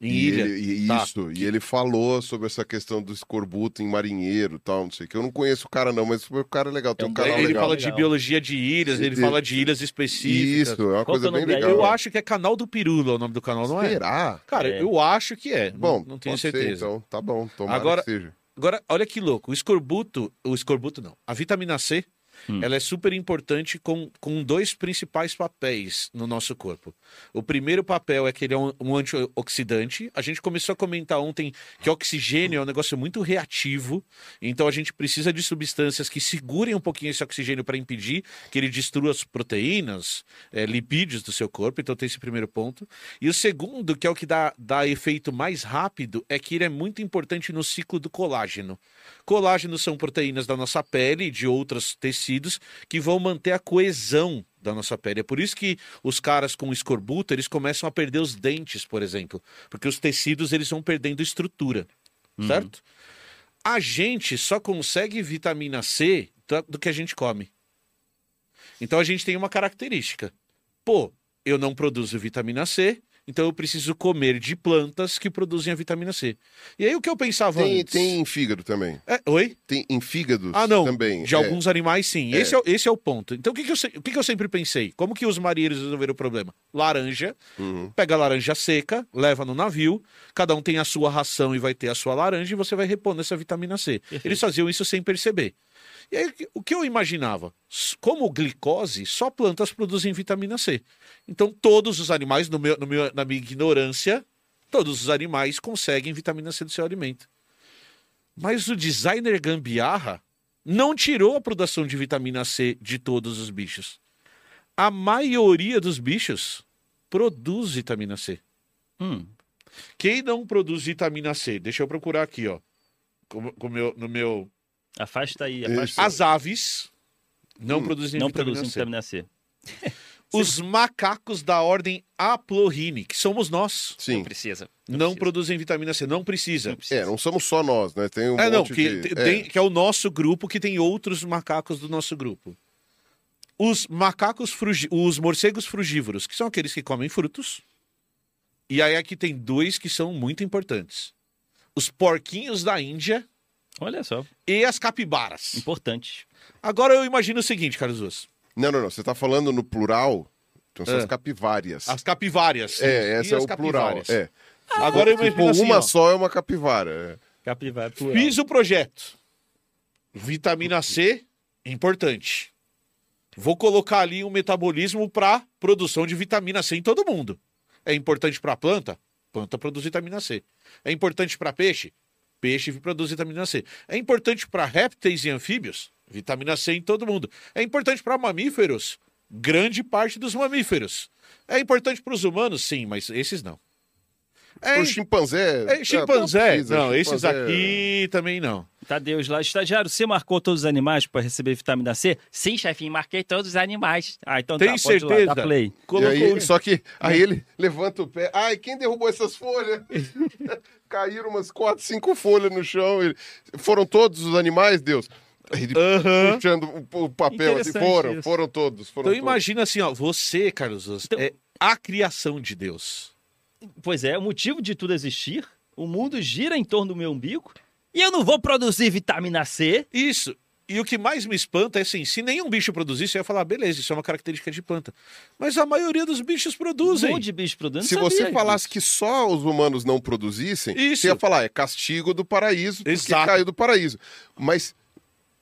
Em
e
ilha.
Ele, e
Tá.
Isso. E ele falou sobre essa questão do escorbuto em marinheiro e tal, não sei o que. Eu não conheço o cara, não, mas o cara é legal. Tem
É
um
um
canal
ele
legal.
fala de
Legal.
biologia de ilhas, ele
Ele-
fala de ilhas específicas.
Isso, é uma
Qual que
coisa
é o
bem
nome da
legal.
ilha?
Eu acho que é canal do Pirula o nome do canal, não é?
Será?
Cara,
É.
eu acho que é.
Bom,
não, não tenho
pode ser,
certeza.
então, tá bom, tomara
Agora-
que seja.
Agora, olha que louco. O escorbuto, o escorbuto não. A vitamina C, ela é super importante com, com dois principais papéis no nosso corpo. O primeiro papel é que ele é um, um antioxidante. A gente começou a comentar ontem que oxigênio é um negócio muito reativo. Então a gente precisa de substâncias que segurem um pouquinho esse oxigênio para impedir que ele destrua as proteínas, eh, lipídios do seu corpo. Então tem esse primeiro ponto. E o segundo, que é o que dá, dá efeito mais rápido, é que ele é muito importante no ciclo do colágeno. Colágenos são proteínas da nossa pele e de outros tecidos que vão manter a coesão da nossa pele. É por isso que os caras com escorbuto, eles começam a perder os dentes, por exemplo, porque os tecidos eles vão perdendo estrutura,
Uhum.
certo? A gente só consegue vitamina C da- do que a gente come. Então a gente tem uma característica. Pô, eu não produzo vitamina C, então eu preciso comer de plantas que produzem a vitamina C. E aí o que eu pensava
Tem,
antes?
tem em fígado também.
É, oi?
Tem em fígados
Ah, não.
também.
De
é.
alguns animais, sim.
É.
Esse, é, o- esse é o ponto. Então, o que, que eu, se- o que, que eu sempre pensei? Como que os marinheiros resolveram o problema? Laranja.
Uhum.
Pega a laranja seca, leva no navio. Cada um tem a sua ração e vai ter a sua laranja e você vai repondo essa vitamina C. Eles faziam isso sem perceber. E aí, o que- o que eu imaginava? S- Como glicose, só plantas produzem vitamina C. Então, todos os animais, no meu, no meu- na minha ignorância, todos os animais conseguem vitamina C do seu alimento. Mas o designer gambiarra não tirou a produção de vitamina C de todos os bichos. A maioria dos bichos produz vitamina C.
Hum.
Quem não produz vitamina C? Deixa eu procurar aqui, ó. Como- como eu- no meu.
Afasta aí,
Isso.
afasta.
As aves não produzem
Hum, Não
vitamina
produzem
C.
vitamina C.
Os macacos da ordem Aplorhine, que somos nós,
Sim.
Precisa.
não
precisa.
produzem vitamina C. Não precisa.
É, não somos só nós, né? Tem um
é,
monte
não, que,
de...
te-
é.
tem- que é o nosso grupo, que tem outros macacos do nosso grupo. Os macacos frugi- os morcegos frugívoros, que são aqueles que comem frutos. E aí aqui tem dois que são muito importantes. Os porquinhos da Índia
Olha só,
e as capibaras.
importante.
Agora eu imagino o seguinte, Carlos Duas.
Não, não, não. Você tá falando no plural, então são
É.
as capivárias.
As capivárias.
É,
E
essa é
as
o plural.
capivárias.
É.
Agora eu
tipo,
imagino assim,
uma
ó.
só é uma capivara. é.
Capivara, plural.
Fiz o projeto. Vitamina C, importante. Vou colocar ali um metabolismo para produção de vitamina C em todo mundo. É importante para planta? Planta produz vitamina C. É importante para peixe? Peixe produz vitamina C. É importante para répteis e anfíbios? Vitamina C em todo mundo. É importante para mamíferos? Grande parte dos mamíferos. É importante para os humanos? Sim, mas esses não.
É.
É,
Pro chimpanzé.
é,
é,
chimpanzé.
precisa,
não, esses
chimpanzé-
aqui também não.
Tadeus Tá lá, estagiário, você marcou todos os animais para receber vitamina C? Sim, chefinho, marquei todos os animais. Ah, então
Tem
tá, pode ir
certeza?
lá, dá play.
E
Colocou. um-
aí, só que
É.
aí ele levanta o pé. Ai, quem derrubou essas folhas? [laughs] Caíram umas quatro, cinco folhas no chão. Ele- Foram todos os animais, Deus. Ele
Aham.
puxando o, o papel. Assim,
Interessante
foram,
isso.
foram todos. Foram
Então
todos.
imagina assim, ó, você, Carlos Oz,
Então-
é a criação de Deus.
Pois é, o motivo de tudo existir, o mundo gira em torno do meu umbigo, e eu não vou produzir vitamina C.
Isso. E o que mais me espanta é assim, se nenhum bicho produzisse, eu ia falar, beleza, isso é uma característica de planta. Mas a maioria dos bichos
Um
produzem.
monte de bicho produzindo.
Se
não sabia
você
disso.
falasse que só os humanos não produzissem,
Isso.
você ia falar, é castigo do paraíso, porque
Exato.
caiu do paraíso. Mas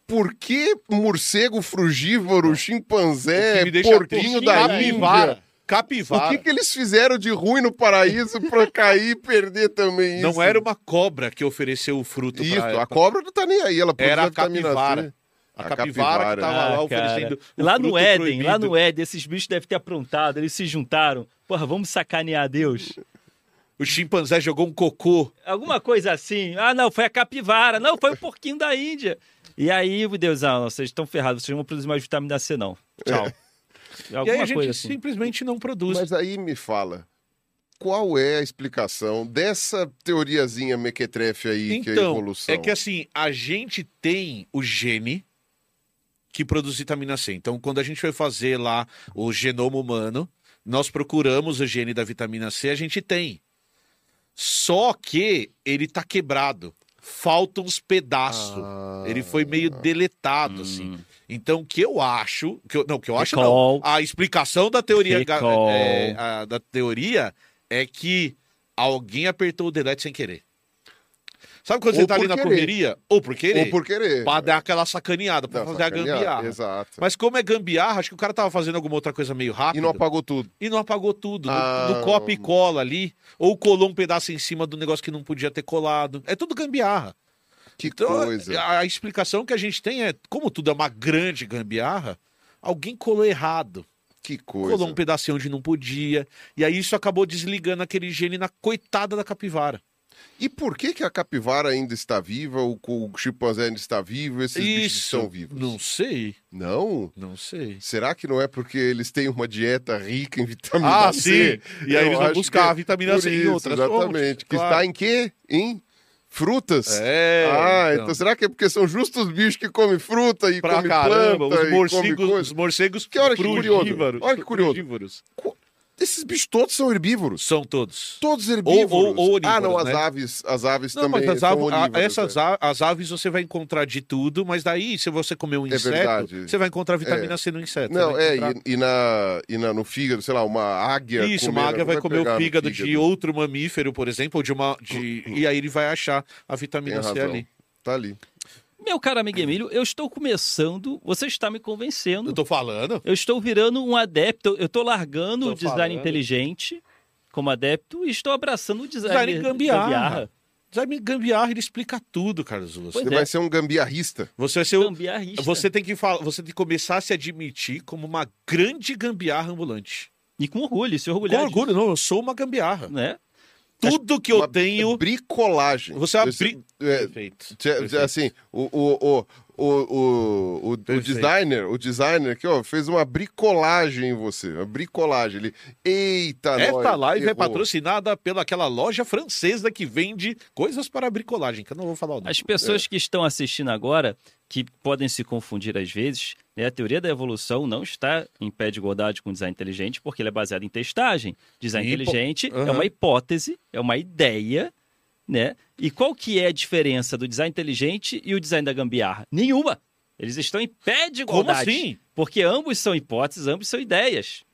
por que morcego frugívoro,
É. que
chimpanzé,
me deixa
É, porquinho
puxinho,
da
capivara.
Índia? O
Capivara.
que, que eles fizeram de ruim no paraíso pra cair e perder também é isso?
Não era uma cobra que ofereceu o fruto
Isso,
pra
a cobra não tá nem aí, ela produz
Era a
vitamina C.
capivara. A,
A
capivara,
capivara.
que tava assim, lá
Ah, cara.
oferecendo. o
Lá no
fruto
Éden,
proibido.
lá no Éden, esses bichos devem ter aprontado, eles se juntaram. Porra, vamos sacanear Deus.
O chimpanzé jogou um cocô.
Alguma coisa assim. Ah, não, foi a capivara. Não, foi o porquinho da Índia. E aí, meu Deus, ah, não, vocês estão ferrados, vocês não vão produzir mais vitamina C, não. Tchau. Alguma
É. e aí a gente
coisa assim.
simplesmente não produz.
Mas aí me fala, qual é a explicação dessa teoriazinha mequetrefe aí que é a
Então,
evolução?
é que assim, a gente tem o gene que produz vitamina C. Então, quando a gente foi fazer lá o genoma humano, nós procuramos o gene da vitamina C, a gente tem. Só que ele tá quebrado. Faltam uns pedaços.
Ah.
Ele foi meio deletado, assim. Então, o que eu acho. Que eu- não, o que eu acho
Hum. Recall.
não. A explicação da teoria. ga-
Recall.
é, a- da teoria é que alguém apertou o delete sem querer. Sabe quando
Ou
você tá
por
ali na
querer.
correria? Ou por querer.
Ou por querer.
Pra dar aquela sacaneada, pra
Dá
fazer
sacaneada,
a gambiarra.
Exato.
Mas como é gambiarra, acho que o cara tava fazendo alguma outra coisa meio rápido.
E não apagou tudo.
e não apagou tudo.
Ah.
No, no copo e cola ali. Ou colou um pedaço em cima do negócio que não podia ter colado. É tudo gambiarra.
Que
Então,
coisa.
a, a explicação que a gente tem é, como tudo é uma grande gambiarra, alguém colou errado.
Que coisa.
Colou um pedacinho onde não podia. E aí isso acabou desligando aquele gene na coitada da capivara.
E por que, que a capivara ainda está viva, o, cu- o chimpanzé ainda está vivo, esses bichos estão vivos?
Não sei,
Não?
não sei.
Será que não é porque eles têm uma dieta rica em vitamina
Ah,
C?
sim. E aí
Eu
eles vão
acho
buscar
que é
a vitamina
por
C em
isso,
outras
Exatamente.
fontes,
Que
claro.
está em quê? Em frutas?
É,
Ah, então.
então.
será que é porque são justos os bichos que comem fruta e
Pra
comem
caramba,
planta
os
e comem
morcegos, os
coisa?
morcegos
Que olha que curioso.
frugívoros-
Olha que curioso.
frugívoros.
Co- Esses bichos todos são herbívoros.
São todos.
Todos herbívoros.
Ou- ou onívoros,
ah, não, as
né?
aves, as aves
Não,
também
mas as,
são
avo- a-
onívoras,
essas
né?
a- as aves você vai encontrar de tudo, mas daí, se você comer um inseto,
É verdade.
você vai encontrar vitamina
É.
C no inseto.
Não,
vai
é,
encontrar-
e, e na, e na, no fígado, sei lá, uma águia.
Isso, uma
comendo,
águia vai comer
pegar
o
no
fígado, de outro mamífero, por exemplo, ou de uma. De... E aí ele vai achar a
Tem
vitamina C
razão.
ali.
Tá ali.
Meu caro amigo Emílio, eu estou começando, você está me convencendo.
Eu tô falando.
Eu estou virando um adepto, eu estou largando
Tô
o design
falando.
inteligente como adepto e estou abraçando o design,
Design gambiarra. Design gambiarra, ele explica tudo, Carlos Luz.
Pois
Você
é.
vai ser um gambiarrista.
Você vai ser o.
Gambiarrista.
Você tem que falar, você tem que começar a se admitir como uma grande gambiarra ambulante.
E com orgulho, se
Com
orgulhar.
orgulho, não, eu sou uma gambiarra.
disso, né?
Tudo que eu
Uma
tenho.
Bricolagem.
Você abri-
Esse- é,
Perfeito.
Tchê- tchê- assim, o, o, o, o, o, o- o
Perfeito.
designer, o designer aqui, ó, fez uma bricolagem em você. Uma bricolagem. Ele, eita,
Esta
nós,
live é
ferrou.
patrocinada pela aquela loja francesa que vende coisas para bricolagem, que eu não vou falar o nome.
As pessoas que estão assistindo agora, que podem se confundir às vezes, né, a teoria da evolução não está em pé de igualdade com o design inteligente, porque ele é baseado em testagem. Design
Hipo-
inteligente é
Aham.
uma hipótese, é uma ideia, né? E qual que é a diferença do design inteligente e o design da gambiarra? Nenhuma! Eles estão em pé de
Como
igualdade.
assim?
Porque ambos são hipóteses, ambos são ideias.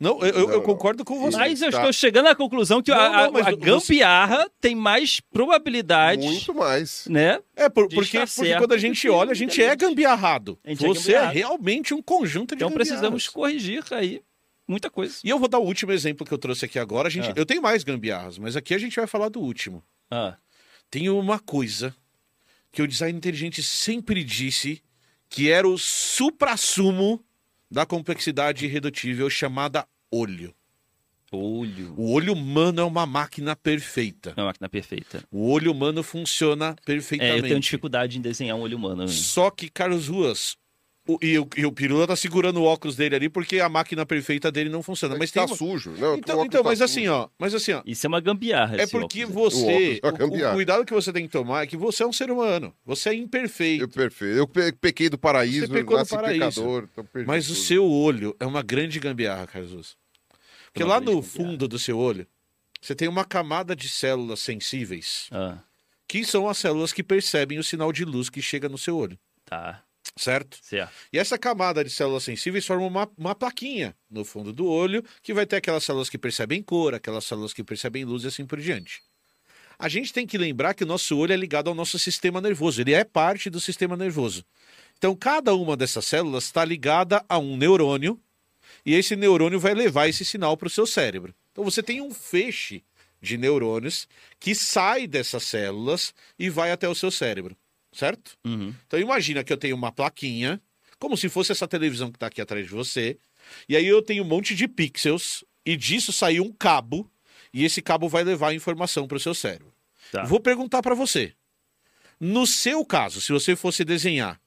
Não, eu, eu- eu
Não,
concordo com você.
Mas eu
Tá.
estou chegando à conclusão que a-
Não, não,
a,
mas
a
você-
gambiarra tem mais probabilidades,
Muito mais.
né?
É, por-
De
porque,
estar
porque
certo,
quando a gente
porque
olha, a gente é gambiarrado.
A gente é
Você é,
gambiarrado.
realmente um conjunto de
Então precisamos
gambiarras.
corrigir aí muita coisa.
E eu vou dar o último exemplo que eu trouxe aqui agora. A gente,
Ah.
Eu tenho mais gambiarras, mas aqui a gente vai falar do último.
Ah,
Tem uma coisa que o design inteligente sempre disse que era o suprassumo da complexidade irredutível chamada olho.
olho.
O olho humano é uma máquina perfeita.
É uma máquina perfeita.
O olho humano funciona
É, eu
perfeitamente.
tenho dificuldade em desenhar um olho humano.
Só que, Carlos Ruas, o- e, o, e o Pirula tá segurando o óculos dele ali porque a máquina perfeita dele não funciona.
É
Mas
que tá
tem uma-
sujo. Não, é que o
então,
óculos
então
tá
mas assim,
sujo.
ó. Mas assim, ó.
Isso é uma gambiarra.
É
esse
porque
óculos.
você.
O
O,
óculos tá vai
o
cambiar.
cuidado que você tem que tomar é que você é um ser humano. Você é imperfeito.
Eu, perfeito. eu pe- pequei do paraíso,
Você pecou do
nasci
paraíso.
pecador. tô perdido.
Mas o seu olho é uma grande gambiarra, Carlos. Porque
Uma
lá
grande
no
gambiarra.
fundo do seu olho, você tem uma camada de células sensíveis,
Ah,
que são as células que percebem o sinal de luz que chega no seu olho,
tá,
certo?
certo.
E essa camada de células sensíveis forma uma, uma plaquinha no fundo do olho, que vai ter aquelas células que percebem cor, aquelas células que percebem luz e assim por diante. A gente tem que lembrar que o nosso olho é ligado ao nosso sistema nervoso, ele é parte do sistema nervoso. Então, cada uma dessas células está ligada a um neurônio, e esse neurônio vai levar esse sinal para o seu cérebro. Então, você tem um feixe de neurônios que sai dessas células e vai até o seu cérebro, certo? Então, imagina que eu tenho uma plaquinha, como se fosse essa televisão que está aqui atrás de você, e aí eu tenho um monte de pixels, e disso saiu um cabo, e esse cabo vai levar a informação para o seu cérebro.
Tá.
Vou perguntar para você. No seu caso, se você fosse desenhar,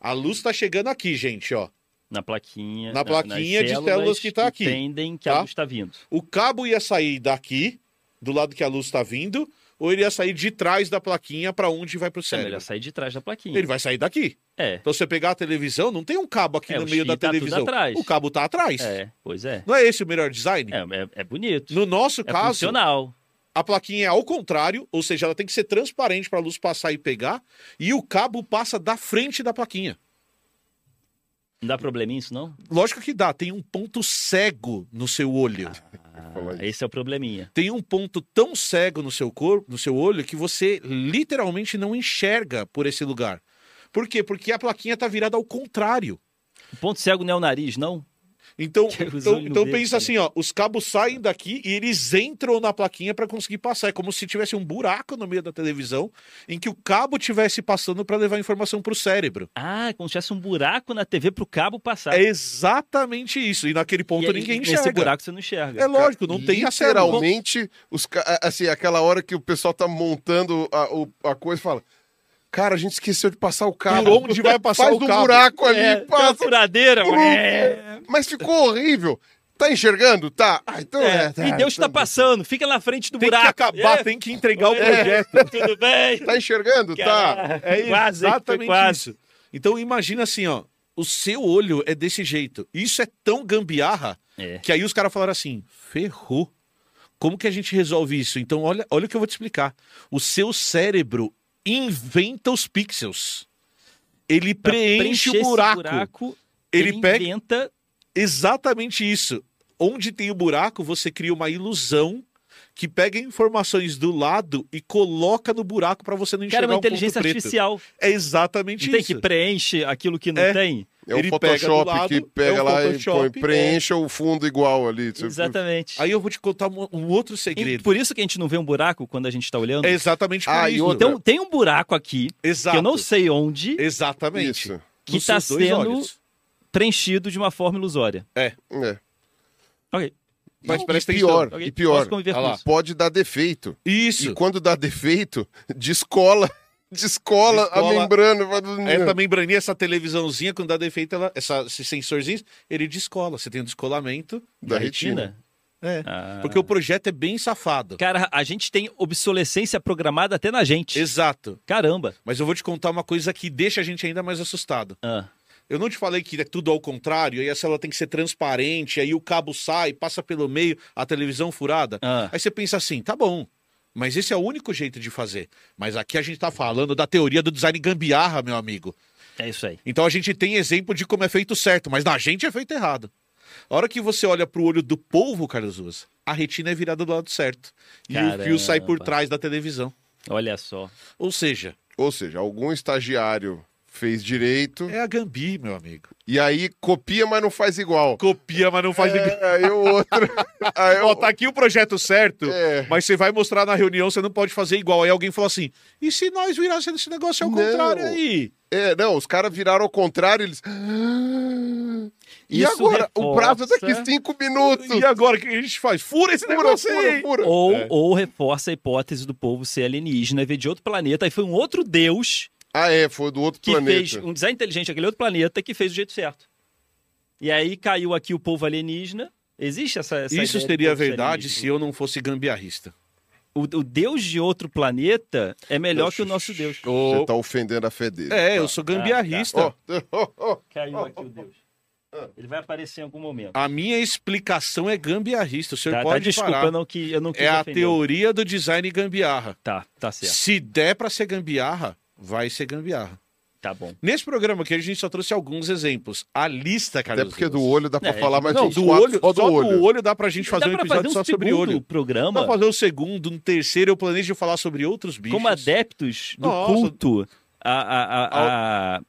a luz está chegando aqui, gente, ó.
Na plaquinha.
Na plaquinha
nas
de células que tá aqui,
Entendem que
tá?
a luz está vindo. É
O cabo ia sair daqui, do lado que a luz está vindo, ou ele ia sair de trás da plaquinha para onde vai pro
É
cérebro?
melhor sair de trás da plaquinha.
Ele vai sair daqui.
É.
Então se você pegar a televisão, não tem um cabo aqui
É,
no
o
meio
chi
da
tá tudo
televisão.
atrás.
O cabo tá atrás.
É, pois é.
Não é esse o melhor design?
É, é, é bonito.
No nosso
é
caso,
funcional.
a plaquinha é ao contrário, ou seja, ela tem que ser transparente para a luz passar e pegar, e o cabo passa da frente da plaquinha.
Não dá probleminha isso, não?
Lógico que dá, tem um ponto cego no seu olho.
Ah, esse é o probleminha.
tem um ponto tão cego no seu corpo, no seu olho, que você literalmente não enxerga por esse lugar. Por quê? Porque a plaquinha tá virada ao contrário.
O ponto cego não é o nariz, não?
Então,
Que os
então,
olhos
então
deles
pensa assim, ó, os cabos saem daqui e eles entram na plaquinha para conseguir passar. É como se tivesse um buraco no meio da televisão em que o cabo tivesse passando para levar informação para o cérebro.
Ah, é como se tivesse um buraco na TV pro cabo passar.
É exatamente isso. E naquele ponto
Tá. E aí,
ninguém
nesse
enxerga.
buraco você não enxerga.
É lógico, não tem a célula.
Literalmente, os, ca- a- assim, aquela hora que o pessoal tá montando a, o- a coisa fala. Cara, a gente esqueceu de passar o cabo.
Por onde vai passar
Faz
o
um
cabo?"
buraco ali,
É, tem uma
passa. um-
furadeira. É.
Mas ficou horrível. Tá enxergando? Tá. Ah, então é.
É,
tá,
e Deus tá
tá,
passando, fica na frente do
Tem que
buraco.
acabar,
É,
tem que entregar o projeto.
[laughs]
É
Tudo bem?
Tá enxergando? Tá.
Caraca, [laughs] quase, hein? Foi
exatamente
quase.
isso. Então imagina assim, ó, o seu olho é desse jeito. Isso é tão gambiarra
É.
que aí os caras falaram assim: ferrou. Como que a gente resolve isso? Então olha, olha o que eu vou te explicar. O seu cérebro inventa os pixels. Ele
Pra
preenche
preencher
o
esse
buraco. Ele
ele,
pega-
inventa
Exatamente isso. Onde tem o buraco, você cria uma ilusão que pega informações do lado e coloca no buraco para você não enxergar
Cara, é
um
uma
ponto
inteligência
preto.
artificial.
É exatamente
Não tem
isso.
que preenche aquilo que não
É.
tem?
É o
Ele pega do
Photoshop
lado,
que pega
é o
lá e põe,
Photoshop,
preencha o fundo igual ali. tipo,
Exatamente.
Aí eu vou te contar um, um outro
E
segredo.
por isso que a gente não vê um buraco quando a gente tá olhando.
É exatamente por
Ah, e
isso.
outra-
Então tem um buraco aqui,
Exato.
que eu não sei onde,
Exatamente.
Isso.
que
Nos
tá
seus dois
sendo
olhos.
preenchido de uma forma ilusória.
É.
Ok.
Mas
E
presta atenção.
pior,
ok?
e pior.
Posso conviver
ah
com
lá,
isso.
Pode dar defeito.
Isso.
E quando dá defeito, descola, [laughs] descola,
Descola.
a membrana. vai do-
Hum.
Essa membraninha, essa televisãozinha, quando dá defeito, ela, essa, esses sensorzinhos, ele descola. Você tem um descolamento.
Da
Retina?
É.
Ah.
Porque o projeto é bem safado.
Cara, a gente tem obsolescência programada até na gente.
Exato.
Caramba.
Mas eu vou te contar uma coisa que deixa a gente ainda mais assustado.
Ah,
Eu não te falei que é tudo ao contrário, aí a célula tem que ser transparente, aí o cabo sai, passa pelo meio, a televisão furada.
Ah.
Aí você pensa assim, tá bom, mas esse é o único jeito de fazer. Mas aqui a gente tá falando da teoria do design gambiarra, meu amigo.
é isso aí.
Então a gente tem exemplo de como é feito certo, mas na gente é feito errado. A hora que você olha pro olho do polvo, Carlos Ruas, a retina é virada do lado certo. E o fio sai por
Caramba.
trás da televisão.
Olha só.
Ou seja,
Ou seja, algum estagiário fez direito
é a gambi, meu amigo.
e aí copia, mas não faz igual.
Copia, mas não faz ninguém.
É, aí o outro. aí
Ó,
o-
tá aqui o projeto certo,
É.
mas você vai mostrar na reunião, você não pode fazer igual. Aí alguém falou assim: e se nós virássemos esse negócio ao
Não.
contrário aí?
É, não, os caras viraram ao contrário, eles. "Ah, E
Isso
agora? O prazo é daqui
reforça-
cinco minutos.
E agora o que a gente faz? Fura esse
Fura,
negócio
fura,
aí!
fura.
É.
Ou, ou reforça a hipótese do povo ser alienígena e ver de outro planeta. Aí foi um outro deus
Ah, é, foi do outro
que fez
planeta.
um design inteligente daquele outro planeta que fez do jeito certo. E aí caiu aqui o povo alienígena. Existe essa,
Isso
essa ideia é de
seria
povos
verdade
alienígenas.
se eu não fosse gambiarrista.
O, o deus de outro planeta é melhor que o nosso deus.
Você tá ofendendo a fé dele. [laughs]
É, eu sou
Ah, tá.
gambiarrista.
Caiu aqui o deus.
Ah.
Ele vai aparecer em algum momento.
A minha explicação é gambiarrista. O senhor
Tá, tá,
Ah, pode
desculpa,
parar.
eu não, qui- eu não quis
É a
ofender.
teoria do design gambiarra.
Tá, tá certo.
Se der pra ser gambiarra, vai ser gambiarra.
Tá bom.
Nesse programa aqui, a gente só trouxe alguns exemplos. A lista, cara.
Até porque do olho dá pra
É,
falar mais
Não,
uns
do
quatro
olho,
só do olho.
dá pra gente fazer
Dá
um
pra
episódio
fazer um
só sobre
segundo
olho. Dá
programa
pra fazer um segundo, um terceiro, eu planejo falar sobre outros bichos.
como adeptos do
Nossa.
culto a, a- a- a-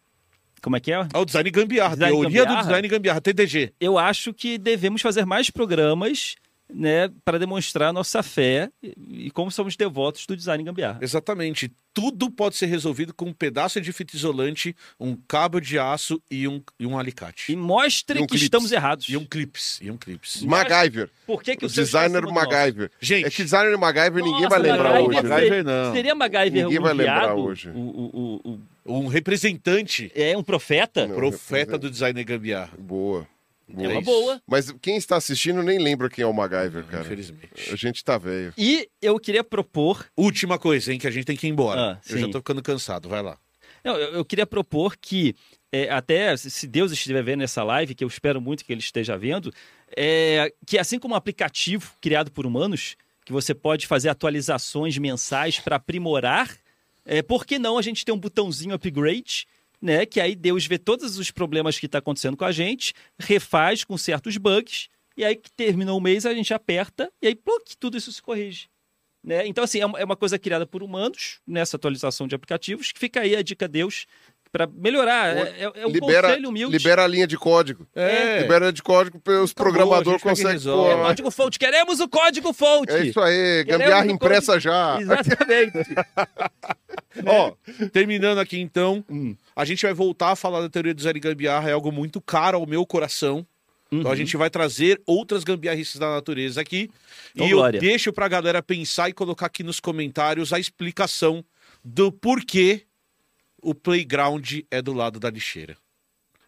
Como é que é?
Ao design gambiarra,
Design
teoria
gambiarra?
do design gambiarra, TDG.
Eu acho que devemos fazer mais programas né, para demonstrar nossa fé e, e como somos devotos do design gambiarra.
Exatamente. Tudo pode ser resolvido com um pedaço de fita isolante, um cabo de aço e um, e um alicate.
E
E,
mostre
E um
que
clipe.
estamos errados.
um clips, e um clips.
MacGyver.
Por É que, que
O
o seu
designer
está acima do nosso?
MacGyver.
Gente.
É que designer MacGyver ninguém
Nossa,
vai lembrar
MacGyver é
hoje, né?
seria- não.
Seria MacGyver
Ninguém
um
vai lembrar
viado?
hoje.
O- o- o- o-
Um representante,
é um profeta?
Não.
profeta do design gambiarra.
Boa.
É
boa.
uma boa.
Mas quem está assistindo nem lembra quem é o MacGyver, cara.
Infelizmente.
A gente tá velho.
E eu queria propor
Última coisa, hein, que a gente tem que ir embora.
Ah,
eu já
sim.
tô ficando cansado, vai lá.
Não, eu, eu queria propor que, é, até se se Deus estiver vendo essa live, que eu espero muito que ele esteja vendo, é, que assim como um aplicativo criado por humanos, que você pode fazer atualizações mensais para aprimorar, é, por que não a gente ter um botãozinho upgrade? Né, que aí Deus vê todos os problemas que está acontecendo com a gente, refaz com certos bugs, e aí que terminou o mês a gente aperta e aí ploc, tudo isso se corrige. Né? Então, assim, é uma é uma coisa criada por humanos nessa atualização de aplicativos, que fica aí a dica Deus para melhorar. É, é- é um conselho humilde. Tá
libera a linha de código.
É.
Libera a linha de código para
boa,
os
a
programadores
gente pega e
conseguem.
resolve.
pô,
É código fonte. Queremos o código fonte.
é isso aí,
Queremos
gambiarra
o
impressa
código- [laughs]
já. [laughs]
Exatamente.
Ó,
Né?
terminando aqui então,
Hum.
a gente vai voltar a falar da teoria do Zé Gambiarra, é algo muito caro ao meu coração. Então
Uhum.
a gente vai trazer outras gambiarrices da natureza aqui.
Ô,
e eu
Glória.
deixo pra galera pensar e colocar aqui nos comentários a explicação do porquê o playground é do lado da lixeira.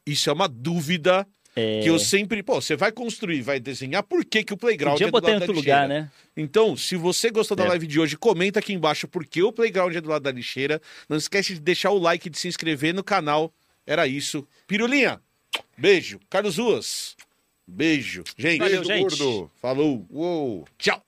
Isso é uma dúvida
É.
que eu sempre. Pô, você vai construir, vai desenhar, por que, que o playground
Podia
é do
botar em
lado da
outro lugar,
lixeira?
né?
Então, se você gostou da
É.
live de hoje, comenta aqui embaixo porque o playground é do lado da lixeira. Não esquece de deixar o like e de se inscrever no canal. Era isso. Pirulinha, beijo. Carlos Ruas, beijo. Gente,
Valeu, gente.
Gordo.
falou.
Uou.
Tchau.